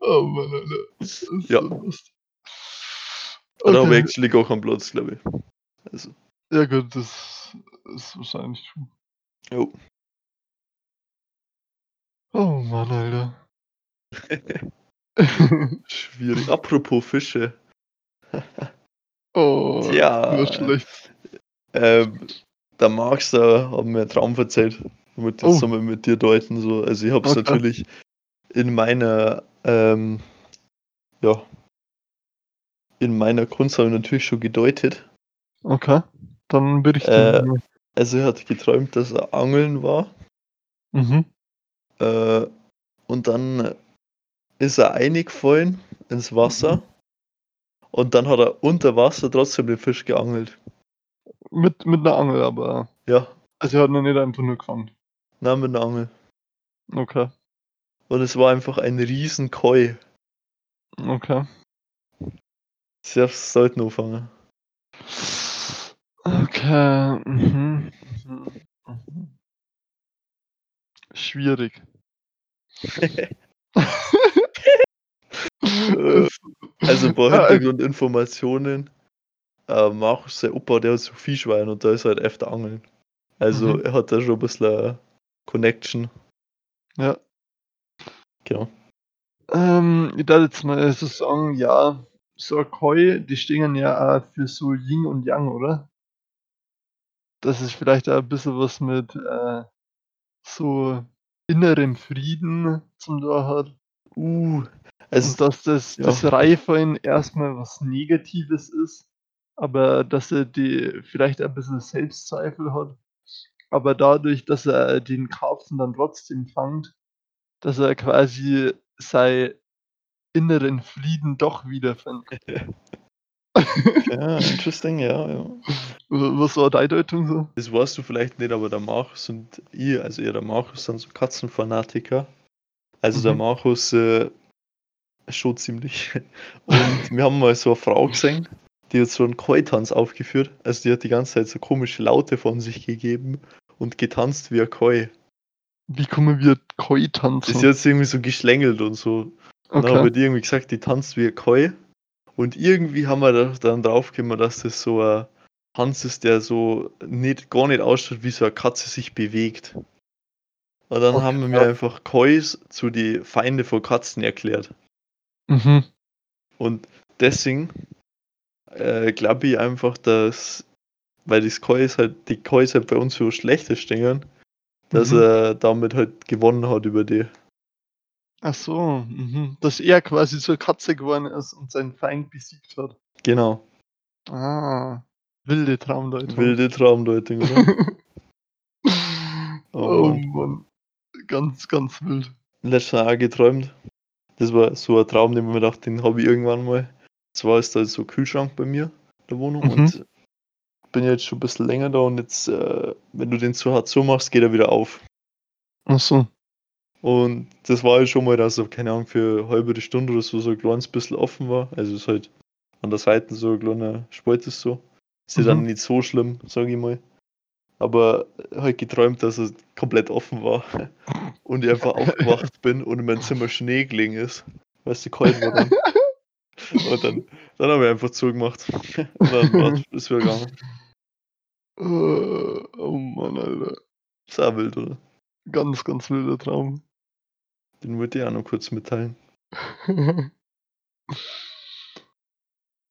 [SPEAKER 2] oh Mann, Alter. Das ist
[SPEAKER 1] Ja.
[SPEAKER 2] so lustig.
[SPEAKER 1] Okay. Da habe ich
[SPEAKER 2] Okay.
[SPEAKER 1] actually gar keinen Platz, glaube ich.
[SPEAKER 2] Ja gut, das ist wahrscheinlich schon.
[SPEAKER 1] Jo.
[SPEAKER 2] Oh Mann,
[SPEAKER 1] (laughs)
[SPEAKER 2] Alter.
[SPEAKER 1] Schwierig. Apropos Fische.
[SPEAKER 2] oh,
[SPEAKER 1] Tja.
[SPEAKER 2] das ist schlecht.
[SPEAKER 1] Ähm, der Max, der hat mir einen Traum erzählt. Mit, das
[SPEAKER 2] Oh.
[SPEAKER 1] soll man mit dir deuten. So. Also ich habe es
[SPEAKER 2] Okay.
[SPEAKER 1] natürlich in meiner, ähm, ja, in meiner Kunst habe ich natürlich schon gedeutet.
[SPEAKER 2] Okay, dann berichte
[SPEAKER 1] Äh,
[SPEAKER 2] mir.
[SPEAKER 1] Also er hat geträumt, dass er angeln war.
[SPEAKER 2] Mhm.
[SPEAKER 1] Äh, und dann ist er eingefallen ins Wasser.
[SPEAKER 2] Mhm.
[SPEAKER 1] Und dann hat er unter Wasser trotzdem den Fisch geangelt.
[SPEAKER 2] Mit, mit einer Angel, aber.
[SPEAKER 1] Ja,
[SPEAKER 2] Also er hat noch nicht einfach nur gefangen.
[SPEAKER 1] na mit einer Angel.
[SPEAKER 2] Okay.
[SPEAKER 1] Und es war einfach ein riesen Koi.
[SPEAKER 2] Okay.
[SPEAKER 1] Sie sollten anfangen.
[SPEAKER 2] Okay. Mhm. Mhm. Mhm. Schwierig.
[SPEAKER 1] Also ein
[SPEAKER 2] (laughs) Ja,
[SPEAKER 1] paar
[SPEAKER 2] also-
[SPEAKER 1] Ähm, Hintergrundinformationen. Äh, Markus, der Opa, der hat so Fischwein und da ist halt öfter angeln. Also
[SPEAKER 2] Mhm.
[SPEAKER 1] er hat da schon ein bisschen eine Connection.
[SPEAKER 2] Ja.
[SPEAKER 1] Genau.
[SPEAKER 2] Ähm, ich darf jetzt mal so sagen, ja, so ein Koi, die stehen ja auch für so Yin und Yang, oder? Das ist vielleicht auch ein bisschen was mit äh, so innerem Frieden zum da hat.
[SPEAKER 1] Uh.
[SPEAKER 2] und
[SPEAKER 1] Also,
[SPEAKER 2] dass das,
[SPEAKER 1] ja.
[SPEAKER 2] das Reifen erstmal was Negatives ist, aber dass er die vielleicht ein bisschen Selbstzweifel hat. Aber dadurch, dass er den Karpfen dann trotzdem fangt, dass er quasi seinen inneren Frieden doch wiederfindet.
[SPEAKER 1] ja, interesting, ja, ja.
[SPEAKER 2] W- Was war deine Deutung so?
[SPEAKER 1] Das weißt du vielleicht nicht, aber der Markus und ich, also ihr, der Markus, sind so Katzenfanatiker. Also der
[SPEAKER 2] Mhm.
[SPEAKER 1] Markus äh, schon ziemlich. (laughs) Und wir haben mal so eine Frau gesehen, die hat so einen Koi-Tanz aufgeführt. Also die hat die ganze Zeit so komische Laute von sich gegeben und getanzt wie ein Koi.
[SPEAKER 2] Wie kommen wir Koi
[SPEAKER 1] Das
[SPEAKER 2] tanzen?
[SPEAKER 1] ist jetzt irgendwie so geschlängelt und so. Und Dann
[SPEAKER 2] okay.
[SPEAKER 1] haben wir irgendwie gesagt, die tanzt wie ein Koi. Und irgendwie haben wir da- dann draufgekommen, dass das so ein Hans ist, der so nicht, gar nicht ausschaut, wie so eine Katze sich bewegt. Und dann
[SPEAKER 2] Okay,
[SPEAKER 1] haben wir mir einfach Kois zu die Feinde von Katzen erklärt.
[SPEAKER 2] Mhm.
[SPEAKER 1] Und deswegen äh, glaube ich einfach, dass, weil das Kois halt, die Kois halt bei uns so schlechte stehen, dass
[SPEAKER 2] Mhm.
[SPEAKER 1] er damit halt gewonnen hat über die.
[SPEAKER 2] Ach so, mhm. dass er quasi zur Katze geworden ist und seinen Feind besiegt hat.
[SPEAKER 1] Genau.
[SPEAKER 2] Ah, wilde Traumdeutung.
[SPEAKER 1] Wilde Traumdeutung, oder? (laughs)
[SPEAKER 2] oh
[SPEAKER 1] Oh
[SPEAKER 2] Mann. Ganz, ganz wild.
[SPEAKER 1] letztes Jahr geträumt. Das war so ein Traum, den ich mir dachte, den habe ich irgendwann mal. Zwar ist da halt so ein Kühlschrank bei mir in der Wohnung
[SPEAKER 2] Mhm.
[SPEAKER 1] und bin jetzt schon ein bisschen länger da und jetzt, äh, wenn du den zu hart so machst, geht er wieder auf.
[SPEAKER 2] Achso.
[SPEAKER 1] Und das war ja schon mal, dass er, keine Ahnung, für eine halbe Stunde oder so, so ein kleines bisschen offen war. Also es ist halt an der Seite so ein kleiner Spalt ist so. Ist ja dann
[SPEAKER 2] Mhm.
[SPEAKER 1] nicht so schlimm, sage ich mal. Aber halt geträumt, dass es komplett offen war. Und ich einfach aufgewacht bin und in meinem Zimmer Schnee gelegen ist. Weißt du, kalt war dann. Und dann, dann habe ich einfach zugemacht. (laughs) Und dann war es wieder gegangen.
[SPEAKER 2] Äh, oh Mann, Alter.
[SPEAKER 1] Ist auch wild, oder?
[SPEAKER 2] Ganz, ganz wilder Traum. (laughs)
[SPEAKER 1] Den wollte ich auch noch kurz mitteilen.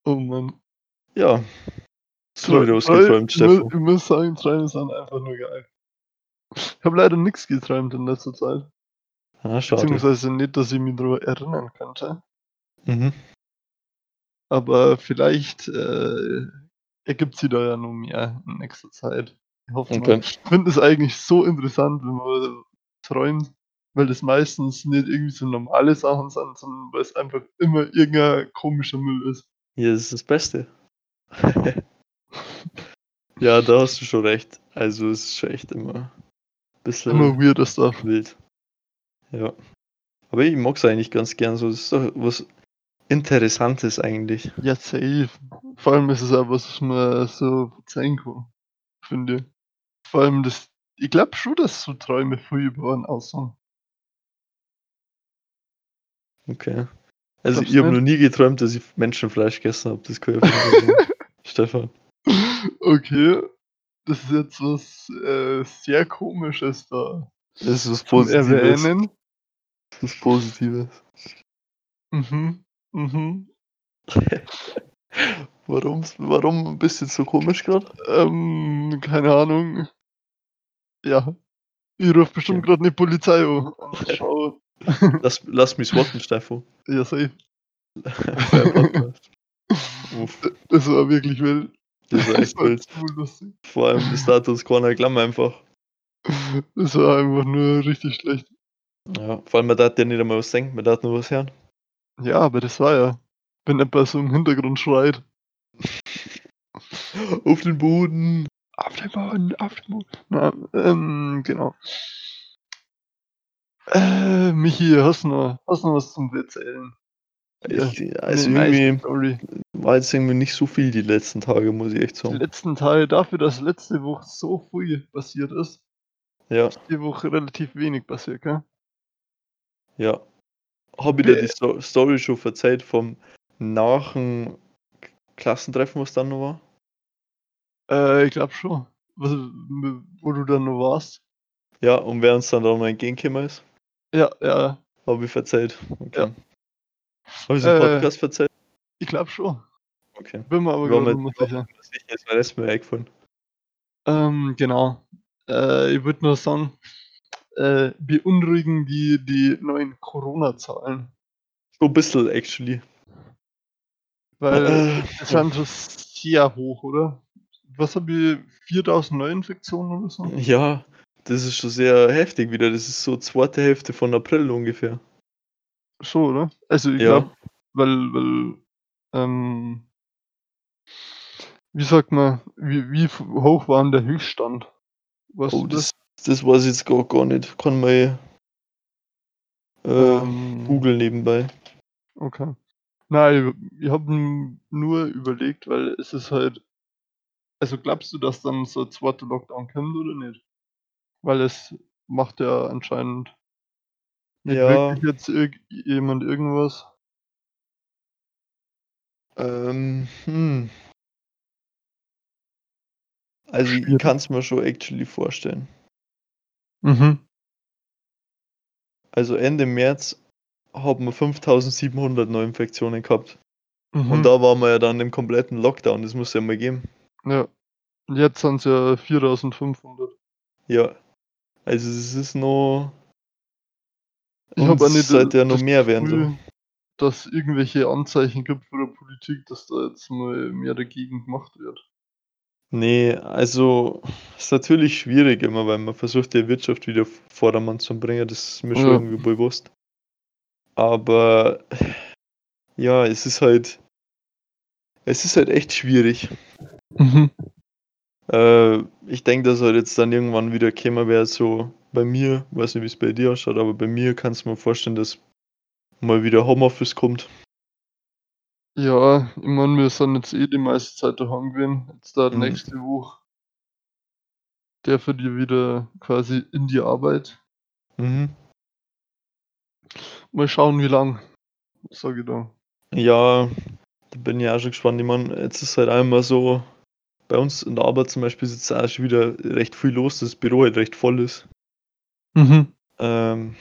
[SPEAKER 2] oh Mann.
[SPEAKER 1] Ja. Ist schon wieder was
[SPEAKER 2] Tra-
[SPEAKER 1] geträumt,
[SPEAKER 2] ich muss-
[SPEAKER 1] Stefan.
[SPEAKER 2] Ich muss sagen, Träume sind einfach nur geil. Ich habe leider nichts geträumt in letzter Zeit.
[SPEAKER 1] Ah, schade.
[SPEAKER 2] Beziehungsweise nicht, dass ich mich darüber erinnern könnte.
[SPEAKER 1] Mhm.
[SPEAKER 2] Aber vielleicht äh, ergibt sie da ja nun mehr in nächster Zeit. Ich hoffe mal.
[SPEAKER 1] Okay.
[SPEAKER 2] Ich finde es eigentlich so interessant, wenn man träumt, weil das meistens nicht irgendwie so normale Sachen sind, sondern weil es einfach immer irgendein komischer Müll ist.
[SPEAKER 1] Ja, das ist das Beste. (laughs) ja, da hast du schon recht. Also es ist schon echt immer ein bisschen
[SPEAKER 2] Immer weirder Stuff.
[SPEAKER 1] wild. Ja. Aber ich mag es eigentlich ganz gern so. Das ist doch was Interessantes eigentlich.
[SPEAKER 2] Ja, safe. Vor allem ist es auch was, was man so verzeihen kann, finde ich. Vor allem das, ich glaube schon, dass so Träume früh über einen aussagen.
[SPEAKER 1] Okay. Also
[SPEAKER 2] Glaubst
[SPEAKER 1] ich
[SPEAKER 2] du
[SPEAKER 1] habe
[SPEAKER 2] nicht?
[SPEAKER 1] noch nie geträumt, dass ich Menschenfleisch gegessen habe. Das kann ich auf jeden Fall
[SPEAKER 2] (laughs)
[SPEAKER 1] sagen. Stefan.
[SPEAKER 2] Okay, das ist jetzt was äh, sehr komisches da.
[SPEAKER 1] Das ist was
[SPEAKER 2] Zum
[SPEAKER 1] Positives.
[SPEAKER 2] Erwähnen.
[SPEAKER 1] Das ist Positives.
[SPEAKER 2] Mhm. Mhm.
[SPEAKER 1] Warum, warum bist du jetzt so komisch gerade?
[SPEAKER 2] Ähm, keine Ahnung. Ja. Ich rufe bestimmt gerade eine
[SPEAKER 1] (laughs)
[SPEAKER 2] Polizei an. Und schau.
[SPEAKER 1] Lass, lass mich swatten, Stefan. (laughs)
[SPEAKER 2] Ja, safe.
[SPEAKER 1] Beim (laughs) Podcast. Uff,
[SPEAKER 2] Das war wirklich wild.
[SPEAKER 1] das ist
[SPEAKER 2] Das
[SPEAKER 1] (laughs) echt
[SPEAKER 2] war
[SPEAKER 1] wild.
[SPEAKER 2] zu lustig.
[SPEAKER 1] Vor allem das Status Corner Klammer einfach.
[SPEAKER 2] Das war einfach nur richtig schlecht.
[SPEAKER 1] Ja, vor allem man darf ja nicht einmal was denken, man darf nur was hören.
[SPEAKER 2] Ja, aber das war ja. Wenn etwas so im Hintergrund schreit.
[SPEAKER 1] Auf den Boden.
[SPEAKER 2] Auf den Boden, auf den Boden. Na, ähm, genau. Äh, Michi, hast du noch, hast du noch was zum Erzählen? Ja,
[SPEAKER 1] Ich, also
[SPEAKER 2] Eine nice
[SPEAKER 1] irgendwie
[SPEAKER 2] Story.
[SPEAKER 1] war jetzt irgendwie nicht so viel die letzten Tage, muss ich echt
[SPEAKER 2] Den
[SPEAKER 1] sagen.
[SPEAKER 2] letzten Teil dafür, dass letzte Woche so viel passiert ist.
[SPEAKER 1] Ja,
[SPEAKER 2] ist Die Woche relativ wenig passiert, gell?
[SPEAKER 1] ja. Habe ich dir die Sto Story schon verzeiht vom nachen Klassentreffen, was dann noch war?
[SPEAKER 2] Äh, ich glaube schon. was, wo du dann noch warst.
[SPEAKER 1] Ja, und wer uns dann da mal entgegengekommen ist,
[SPEAKER 2] Ja, ja,
[SPEAKER 1] habe ich verzeiht. Okay.
[SPEAKER 2] Ja.
[SPEAKER 1] Habe ich den
[SPEAKER 2] Äh,
[SPEAKER 1] Podcast verzeiht?
[SPEAKER 2] ich glaube schon.
[SPEAKER 1] Okay.
[SPEAKER 2] Bin mir aber
[SPEAKER 1] War
[SPEAKER 2] gerade
[SPEAKER 1] mir-
[SPEAKER 2] nicht sicher.
[SPEAKER 1] Das ist jetzt mein Rest mir eingefallen.
[SPEAKER 2] Ähm, genau. Äh, ich würde nur sagen, äh, beunruhigen die, die neuen Corona-Zahlen.
[SPEAKER 1] So ein bisschen, actually.
[SPEAKER 2] Weil
[SPEAKER 1] (laughs) Äh,
[SPEAKER 2] es sind so sehr hoch, oder? Was habe ich? 4000 Neuinfektionen oder so?
[SPEAKER 1] ja, das ist schon sehr heftig wieder. Das ist so zweite Hälfte von April ungefähr.
[SPEAKER 2] So, oder? Also, ich
[SPEAKER 1] Ja.
[SPEAKER 2] glaube, weil, weil, ähm, wie sagt man, wie, wie f- hoch war denn der Höchststand? Weißt
[SPEAKER 1] Oh,
[SPEAKER 2] du das?
[SPEAKER 1] das, das weiß ich jetzt gar, gar nicht. Kann man äh,
[SPEAKER 2] Ähm,
[SPEAKER 1] Google nebenbei.
[SPEAKER 2] Okay. Nein, ich, ich habe nur überlegt, weil es ist halt. Also glaubst du, dass dann so ein zweiter Lockdown kommt oder nicht? Weil es macht ja anscheinend nicht
[SPEAKER 1] Ja.
[SPEAKER 2] wirklich jetzt irg jemand irgendwas.
[SPEAKER 1] Ähm, hm. Also ich
[SPEAKER 2] Schwierig.
[SPEAKER 1] kann es mir schon actually vorstellen.
[SPEAKER 2] Mhm.
[SPEAKER 1] Also Ende März haben wir 5700 Neuinfektionen gehabt.
[SPEAKER 2] mhm.
[SPEAKER 1] Und da waren wir ja dann im kompletten Lockdown. Das muss ja mal geben.
[SPEAKER 2] ja. Und jetzt sind es ja 4500.
[SPEAKER 1] Ja. Also es ist noch...
[SPEAKER 2] Ich
[SPEAKER 1] Und
[SPEAKER 2] hab auch nicht, äh,
[SPEAKER 1] seit ja noch
[SPEAKER 2] das
[SPEAKER 1] mehr werden soll.
[SPEAKER 2] Gefühl, Dass irgendwelche Anzeichen gibt von der Politik, dass da jetzt mal mehr dagegen gemacht wird.
[SPEAKER 1] Nee, also ist natürlich schwierig immer, weil man versucht, die Wirtschaft wieder auf Vordermann zu bringen, das ist mir schon
[SPEAKER 2] Ja.
[SPEAKER 1] irgendwie bewusst. Aber ja, es ist halt, es ist halt echt schwierig.
[SPEAKER 2] Mhm.
[SPEAKER 1] Äh, ich denke, dass halt jetzt dann irgendwann wieder käme, wäre so bei mir, weiß nicht, wie es bei dir ausschaut, aber bei mir kannst du mir vorstellen, dass mal wieder Homeoffice kommt.
[SPEAKER 2] Ja, ich meine, wir sind jetzt eh die meiste Zeit daheim gewesen. Jetzt da
[SPEAKER 1] Mhm.
[SPEAKER 2] nächste Woche der für die wieder quasi in die Arbeit.
[SPEAKER 1] Mhm.
[SPEAKER 2] Mal schauen, wie lang. Sag ich da.
[SPEAKER 1] Ja, da bin ich auch schon gespannt. Ich meine, jetzt ist halt einmal so, bei uns in der Arbeit zum Beispiel ist jetzt auch schon wieder recht viel los, das Büro halt recht voll ist.
[SPEAKER 2] Mhm.
[SPEAKER 1] Ähm,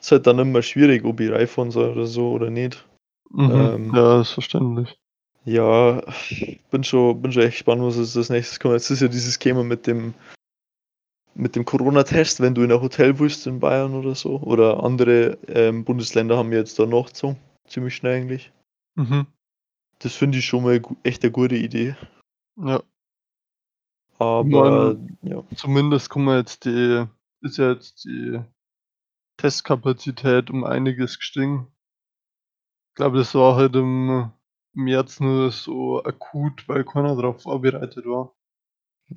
[SPEAKER 1] ist halt dann immer schwierig, ob ich reinfahren soll oder so oder nicht.
[SPEAKER 2] mhm.
[SPEAKER 1] Ähm.
[SPEAKER 2] ja, ist verständlich.
[SPEAKER 1] Ja, bin schon, bin schon echt gespannt, was jetzt als nächstes kommt. Jetzt ist ja dieses Thema mit dem, mit dem Corona-Test, wenn du in ein Hotel willst in Bayern oder so. Oder andere ähm, Bundesländer haben ja jetzt da nachgezogen, ziemlich schnell eigentlich.
[SPEAKER 2] Mhm.
[SPEAKER 1] Das finde ich schon mal gu- echt eine gute Idee.
[SPEAKER 2] Ja,
[SPEAKER 1] Aber ja.
[SPEAKER 2] zumindest kann man jetzt die, ist ja jetzt die Testkapazität um einiges gestiegen. Ich glaube, das war halt im März nur so akut, weil keiner darauf vorbereitet war.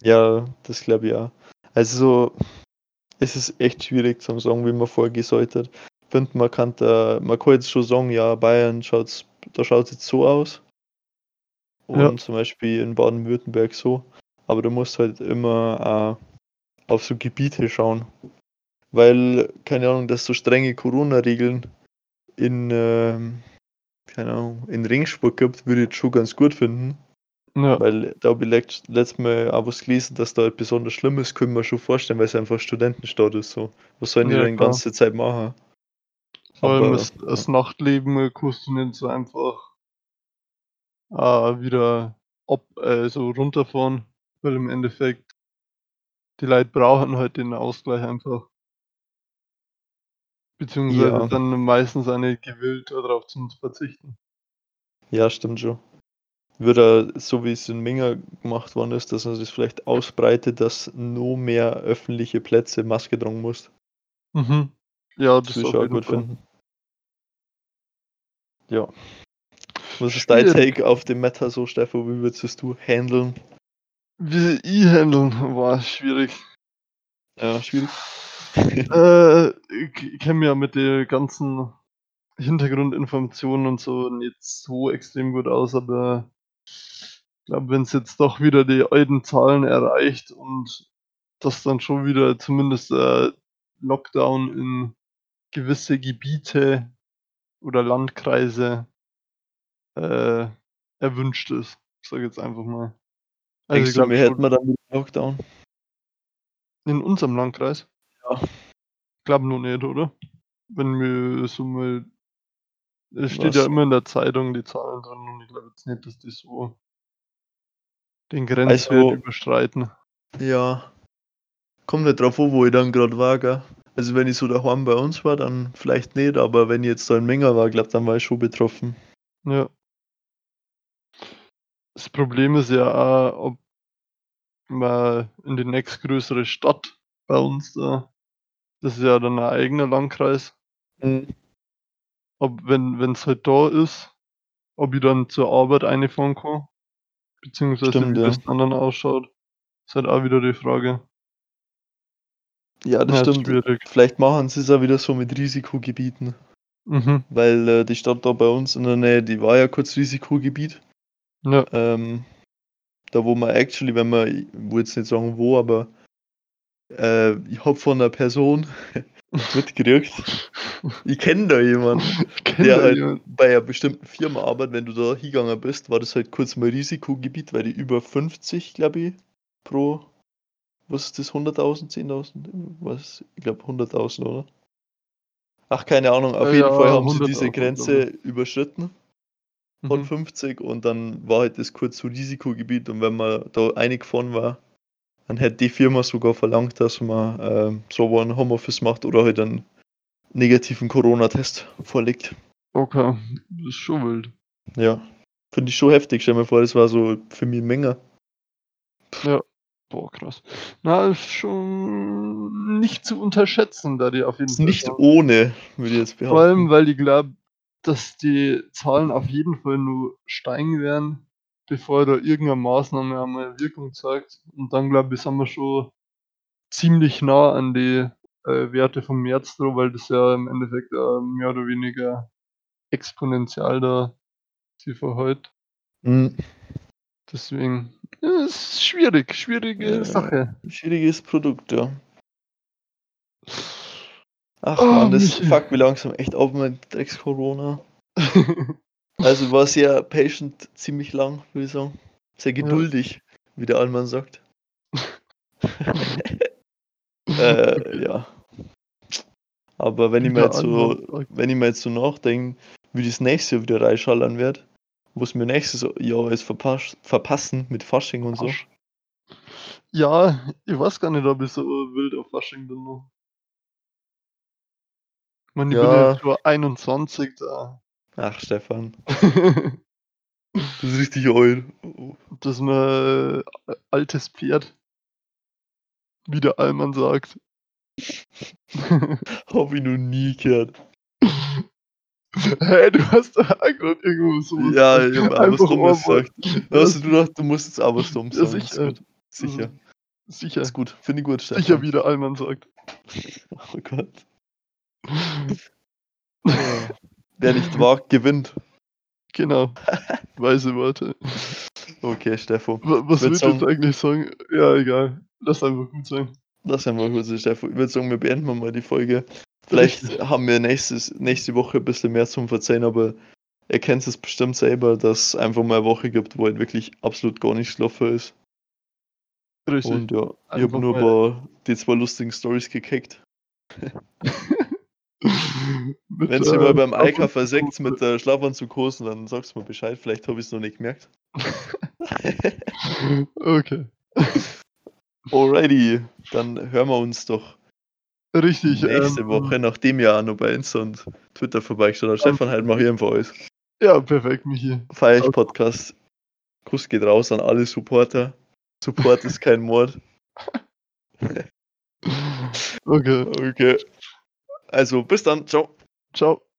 [SPEAKER 1] Ja, das glaube ich auch. Also, es ist echt schwierig zu sagen, wie man vorgehen sollte. Ich finde, man kann, da, man kann jetzt schon sagen, ja, Bayern schaut's, da schaut es jetzt so aus. Und
[SPEAKER 2] Ja.
[SPEAKER 1] zum Beispiel in Baden-Württemberg so. Aber du musst halt immer äh, auf so Gebiete schauen. Weil, keine Ahnung, dass so strenge Corona-Regeln in, ähm, keine Ahnung, in Ringsburg gibt, würde ich jetzt schon ganz gut finden.
[SPEAKER 2] Ja.
[SPEAKER 1] Weil da habe ich letzt- letztes Mal auch was gelesen, dass da halt besonders Schlimmes, können wir schon vorstellen, weil es einfach Studentenstadt ist. So. Was sollen die
[SPEAKER 2] Ja,
[SPEAKER 1] denn die
[SPEAKER 2] klar.
[SPEAKER 1] ganze Zeit machen?
[SPEAKER 2] Vor allem
[SPEAKER 1] Aber-
[SPEAKER 2] das, das Nachtleben äh, kannst du nicht so einfach äh, wieder ob, äh, so runterfahren, weil im Endeffekt die Leute brauchen halt den Ausgleich einfach. Beziehungsweise
[SPEAKER 1] Ja.
[SPEAKER 2] dann meistens eine gewillt darauf zu verzichten.
[SPEAKER 1] Ja, stimmt schon. Würde er, so wie es in Minga gemacht worden ist, dass man das vielleicht ausbreitet, dass nur mehr öffentliche Plätze Maske tragen musst.
[SPEAKER 2] Mhm. Ja, das
[SPEAKER 1] Das
[SPEAKER 2] ist
[SPEAKER 1] würde ich
[SPEAKER 2] auch
[SPEAKER 1] auch gut finden. Ja. Was ist dein
[SPEAKER 2] Schwierig.
[SPEAKER 1] Take auf dem Meta so, Stefan? Wie würdest du es du handeln?
[SPEAKER 2] Wie sie eh handeln war schwierig.
[SPEAKER 1] Ja, (laughs) schwierig.
[SPEAKER 2] äh, ich kenne mich ja mit den ganzen Hintergrundinformationen und so nicht so extrem gut aus, aber ich glaube, wenn es jetzt doch wieder die alten Zahlen erreicht und das dann schon wieder zumindest äh, Lockdown in gewisse Gebiete oder Landkreise äh, erwünscht ist. Ich sage jetzt einfach mal. Also
[SPEAKER 1] Denkst
[SPEAKER 2] ich
[SPEAKER 1] du,
[SPEAKER 2] glaube
[SPEAKER 1] wir
[SPEAKER 2] schon
[SPEAKER 1] hätten wir dann wieder Lockdown?
[SPEAKER 2] in unserem Landkreis.
[SPEAKER 1] Ja.
[SPEAKER 2] Glaub nur nicht, oder? Wenn wir so mal. Es steht ja
[SPEAKER 1] Was?
[SPEAKER 2] immer in der Zeitung die Zahlen drin und ich glaube jetzt nicht, dass die so den Grenzwert
[SPEAKER 1] Also-
[SPEAKER 2] überschreiten.
[SPEAKER 1] Ja. Kommt nicht drauf an, wo ich dann gerade war, gell? Also wenn ich so daheim bei uns war, dann vielleicht nicht, aber wenn ich jetzt da in Menger war, glaub, dann war ich schon betroffen.
[SPEAKER 2] Ja. Das Problem ist ja auch, ob man in die nächstgrößere Stadt bei uns da, das ist ja dann ein eigener Landkreis,
[SPEAKER 1] Mhm.
[SPEAKER 2] ob wenn es halt da ist, ob ich dann zur Arbeit reinfahren kann, beziehungsweise
[SPEAKER 1] Stimmt,
[SPEAKER 2] wie
[SPEAKER 1] ja.
[SPEAKER 2] das dann dann ausschaut, ist halt auch wieder die Frage.
[SPEAKER 1] Ja, das
[SPEAKER 2] Ja, ist
[SPEAKER 1] stimmt.
[SPEAKER 2] Schwierig.
[SPEAKER 1] Vielleicht machen sie es auch wieder so mit Risikogebieten, (laughs)
[SPEAKER 2] Mhm. (laughs)
[SPEAKER 1] weil äh, die Stadt da bei uns in der Nähe, die war ja kurz Risikogebiet.
[SPEAKER 2] Ja,
[SPEAKER 1] Ähm, da wo man actually, wenn man, ich will jetzt nicht sagen wo, aber äh, ich hab von einer Person (laughs) mitgekriegt, ich kenne da jemanden.
[SPEAKER 2] ich kenn
[SPEAKER 1] Der
[SPEAKER 2] da
[SPEAKER 1] halt-
[SPEAKER 2] jemand-
[SPEAKER 1] bei einer bestimmten Firma arbeitet, wenn du da hingegangen bist, war das halt kurz mal Risikogebiet, weil die über 50, glaube ich, pro, was ist das, 100.000, 10.000, was, ich glaube 100.000, oder? Ach, keine Ahnung, auf
[SPEAKER 2] Ja,
[SPEAKER 1] jeden Fall haben sie
[SPEAKER 2] 100.000,
[SPEAKER 1] diese Grenze überschritten von
[SPEAKER 2] Mhm.
[SPEAKER 1] 50 und dann war halt das kurz so Risikogebiet und wenn man da eingefahren war, dann hätte die Firma sogar verlangt, dass man ähm, so ein Homeoffice macht oder halt einen negativen Corona-Test vorlegt.
[SPEAKER 2] Okay, das ist schon wild.
[SPEAKER 1] Ja. Finde ich schon heftig. Stell mir vor, das war so für mich Menge.
[SPEAKER 2] Boah, krass. Na, ist schon nicht zu unterschätzen, da die auf jeden
[SPEAKER 1] Ist
[SPEAKER 2] Fall.
[SPEAKER 1] nicht
[SPEAKER 2] sagen.
[SPEAKER 1] ohne, würde ich jetzt
[SPEAKER 2] Vor allem,
[SPEAKER 1] behaupten.
[SPEAKER 2] weil ich glaube, dass die Zahlen auf jeden Fall nur steigen werden, bevor da irgendeine Maßnahme einmal Wirkung zeigt. Und dann, glaube ich, sind wir schon ziemlich nah an die äh, Werte vom März dran, weil das ja im Endeffekt äh, mehr oder weniger exponentiell da sie verhält.
[SPEAKER 1] Mhm.
[SPEAKER 2] Deswegen, ja, es ist schwierig, schwierige
[SPEAKER 1] Ja.
[SPEAKER 2] Sache.
[SPEAKER 1] Schwieriges Produkt, ja. Ach
[SPEAKER 2] Oh,
[SPEAKER 1] man, das
[SPEAKER 2] Michi.
[SPEAKER 1] fuckt mir langsam echt auf mit Drecks-Corona. Also war sehr patient ziemlich lang, würde ich sagen. Sehr geduldig, wie der Allmann sagt. äh, ja. Aber
[SPEAKER 2] (laughs)
[SPEAKER 1] wenn ich mir
[SPEAKER 2] Wieder
[SPEAKER 1] jetzt so
[SPEAKER 2] Anwalt-
[SPEAKER 1] wenn ich mir jetzt so nachdenke, wie das nächste Jahr wieder reinschallern wird, was mir nächstes Jahr alles verpass verpassen mit Fasching und so.
[SPEAKER 2] Fasch- Ja, ich weiß gar nicht, ob ich so wild auf Fasching bin. Noch. Ich meine, ich bin
[SPEAKER 1] Ja.
[SPEAKER 2] jetzt nur 21
[SPEAKER 1] (laughs)
[SPEAKER 2] da.
[SPEAKER 1] Ach, Stefan, das ist richtig oil. Oh.
[SPEAKER 2] das ist ein altes Pferd. Wie der Allmann sagt. (laughs)
[SPEAKER 1] Hab ich noch nie gehört.
[SPEAKER 2] hey, du hast da auch gerade irgendwo sowas.
[SPEAKER 1] Ja, ich hab auch was
[SPEAKER 2] Einfach
[SPEAKER 1] Dummes
[SPEAKER 2] Ohrwurm.
[SPEAKER 1] gesagt. Da hast du gedacht, du musst jetzt auch was Dummes
[SPEAKER 2] Ja,
[SPEAKER 1] sagen. Ist
[SPEAKER 2] sicher.
[SPEAKER 1] gut. Sicher.
[SPEAKER 2] Sicher.
[SPEAKER 1] Ist gut. Finde ich gut, Stefan.
[SPEAKER 2] Sicher, wie der Allmann sagt.
[SPEAKER 1] (laughs) Oh Gott. Ja. Wer nicht wagt, gewinnt.
[SPEAKER 2] Genau. Weise Worte.
[SPEAKER 1] Okay, Stefan.
[SPEAKER 2] Wa- Was
[SPEAKER 1] Würd
[SPEAKER 2] willst du
[SPEAKER 1] sagen-
[SPEAKER 2] jetzt eigentlich sagen? Ja, egal. Lass einfach gut sein.
[SPEAKER 1] Lass einmal kurz, Stefan. Ich würde sagen, wir beenden wir mal die Folge. Vielleicht haben wir nächstes, nächste Woche ein bisschen mehr zum Verzeihen, aber ihr kennt es bestimmt selber, dass es einfach mal eine Woche gibt, wo halt wirklich absolut gar nicht schlaffer ist.
[SPEAKER 2] Richtig.
[SPEAKER 1] Und ja, ich
[SPEAKER 2] Einfach
[SPEAKER 1] habe nur ein
[SPEAKER 2] mal-
[SPEAKER 1] paar, die zwei lustigen Stories gekickt.
[SPEAKER 2] (laughs) Mit,
[SPEAKER 1] Wenn sie mal
[SPEAKER 2] äh,
[SPEAKER 1] beim
[SPEAKER 2] Ab-
[SPEAKER 1] Eiker versenkt mit der Schlafanzughose, dann sagst du mir Bescheid. Vielleicht habe ich es noch nicht gemerkt.
[SPEAKER 2] Okay.
[SPEAKER 1] Alrighty, dann hören wir uns doch
[SPEAKER 2] Richtig.
[SPEAKER 1] nächste
[SPEAKER 2] ähm,
[SPEAKER 1] Woche, nachdem ihr auch noch bei Insta und Twitter vorbeigeschaut habt. Stefan, halt mal hier einfach alles.
[SPEAKER 2] Ja, perfekt, Michi.
[SPEAKER 1] Feier ich Podcast. Kuss geht raus an alle Supporter. Support ist kein Mord.
[SPEAKER 2] Okay.
[SPEAKER 1] Okay. Also bis dann. Ciao.
[SPEAKER 2] Ciao.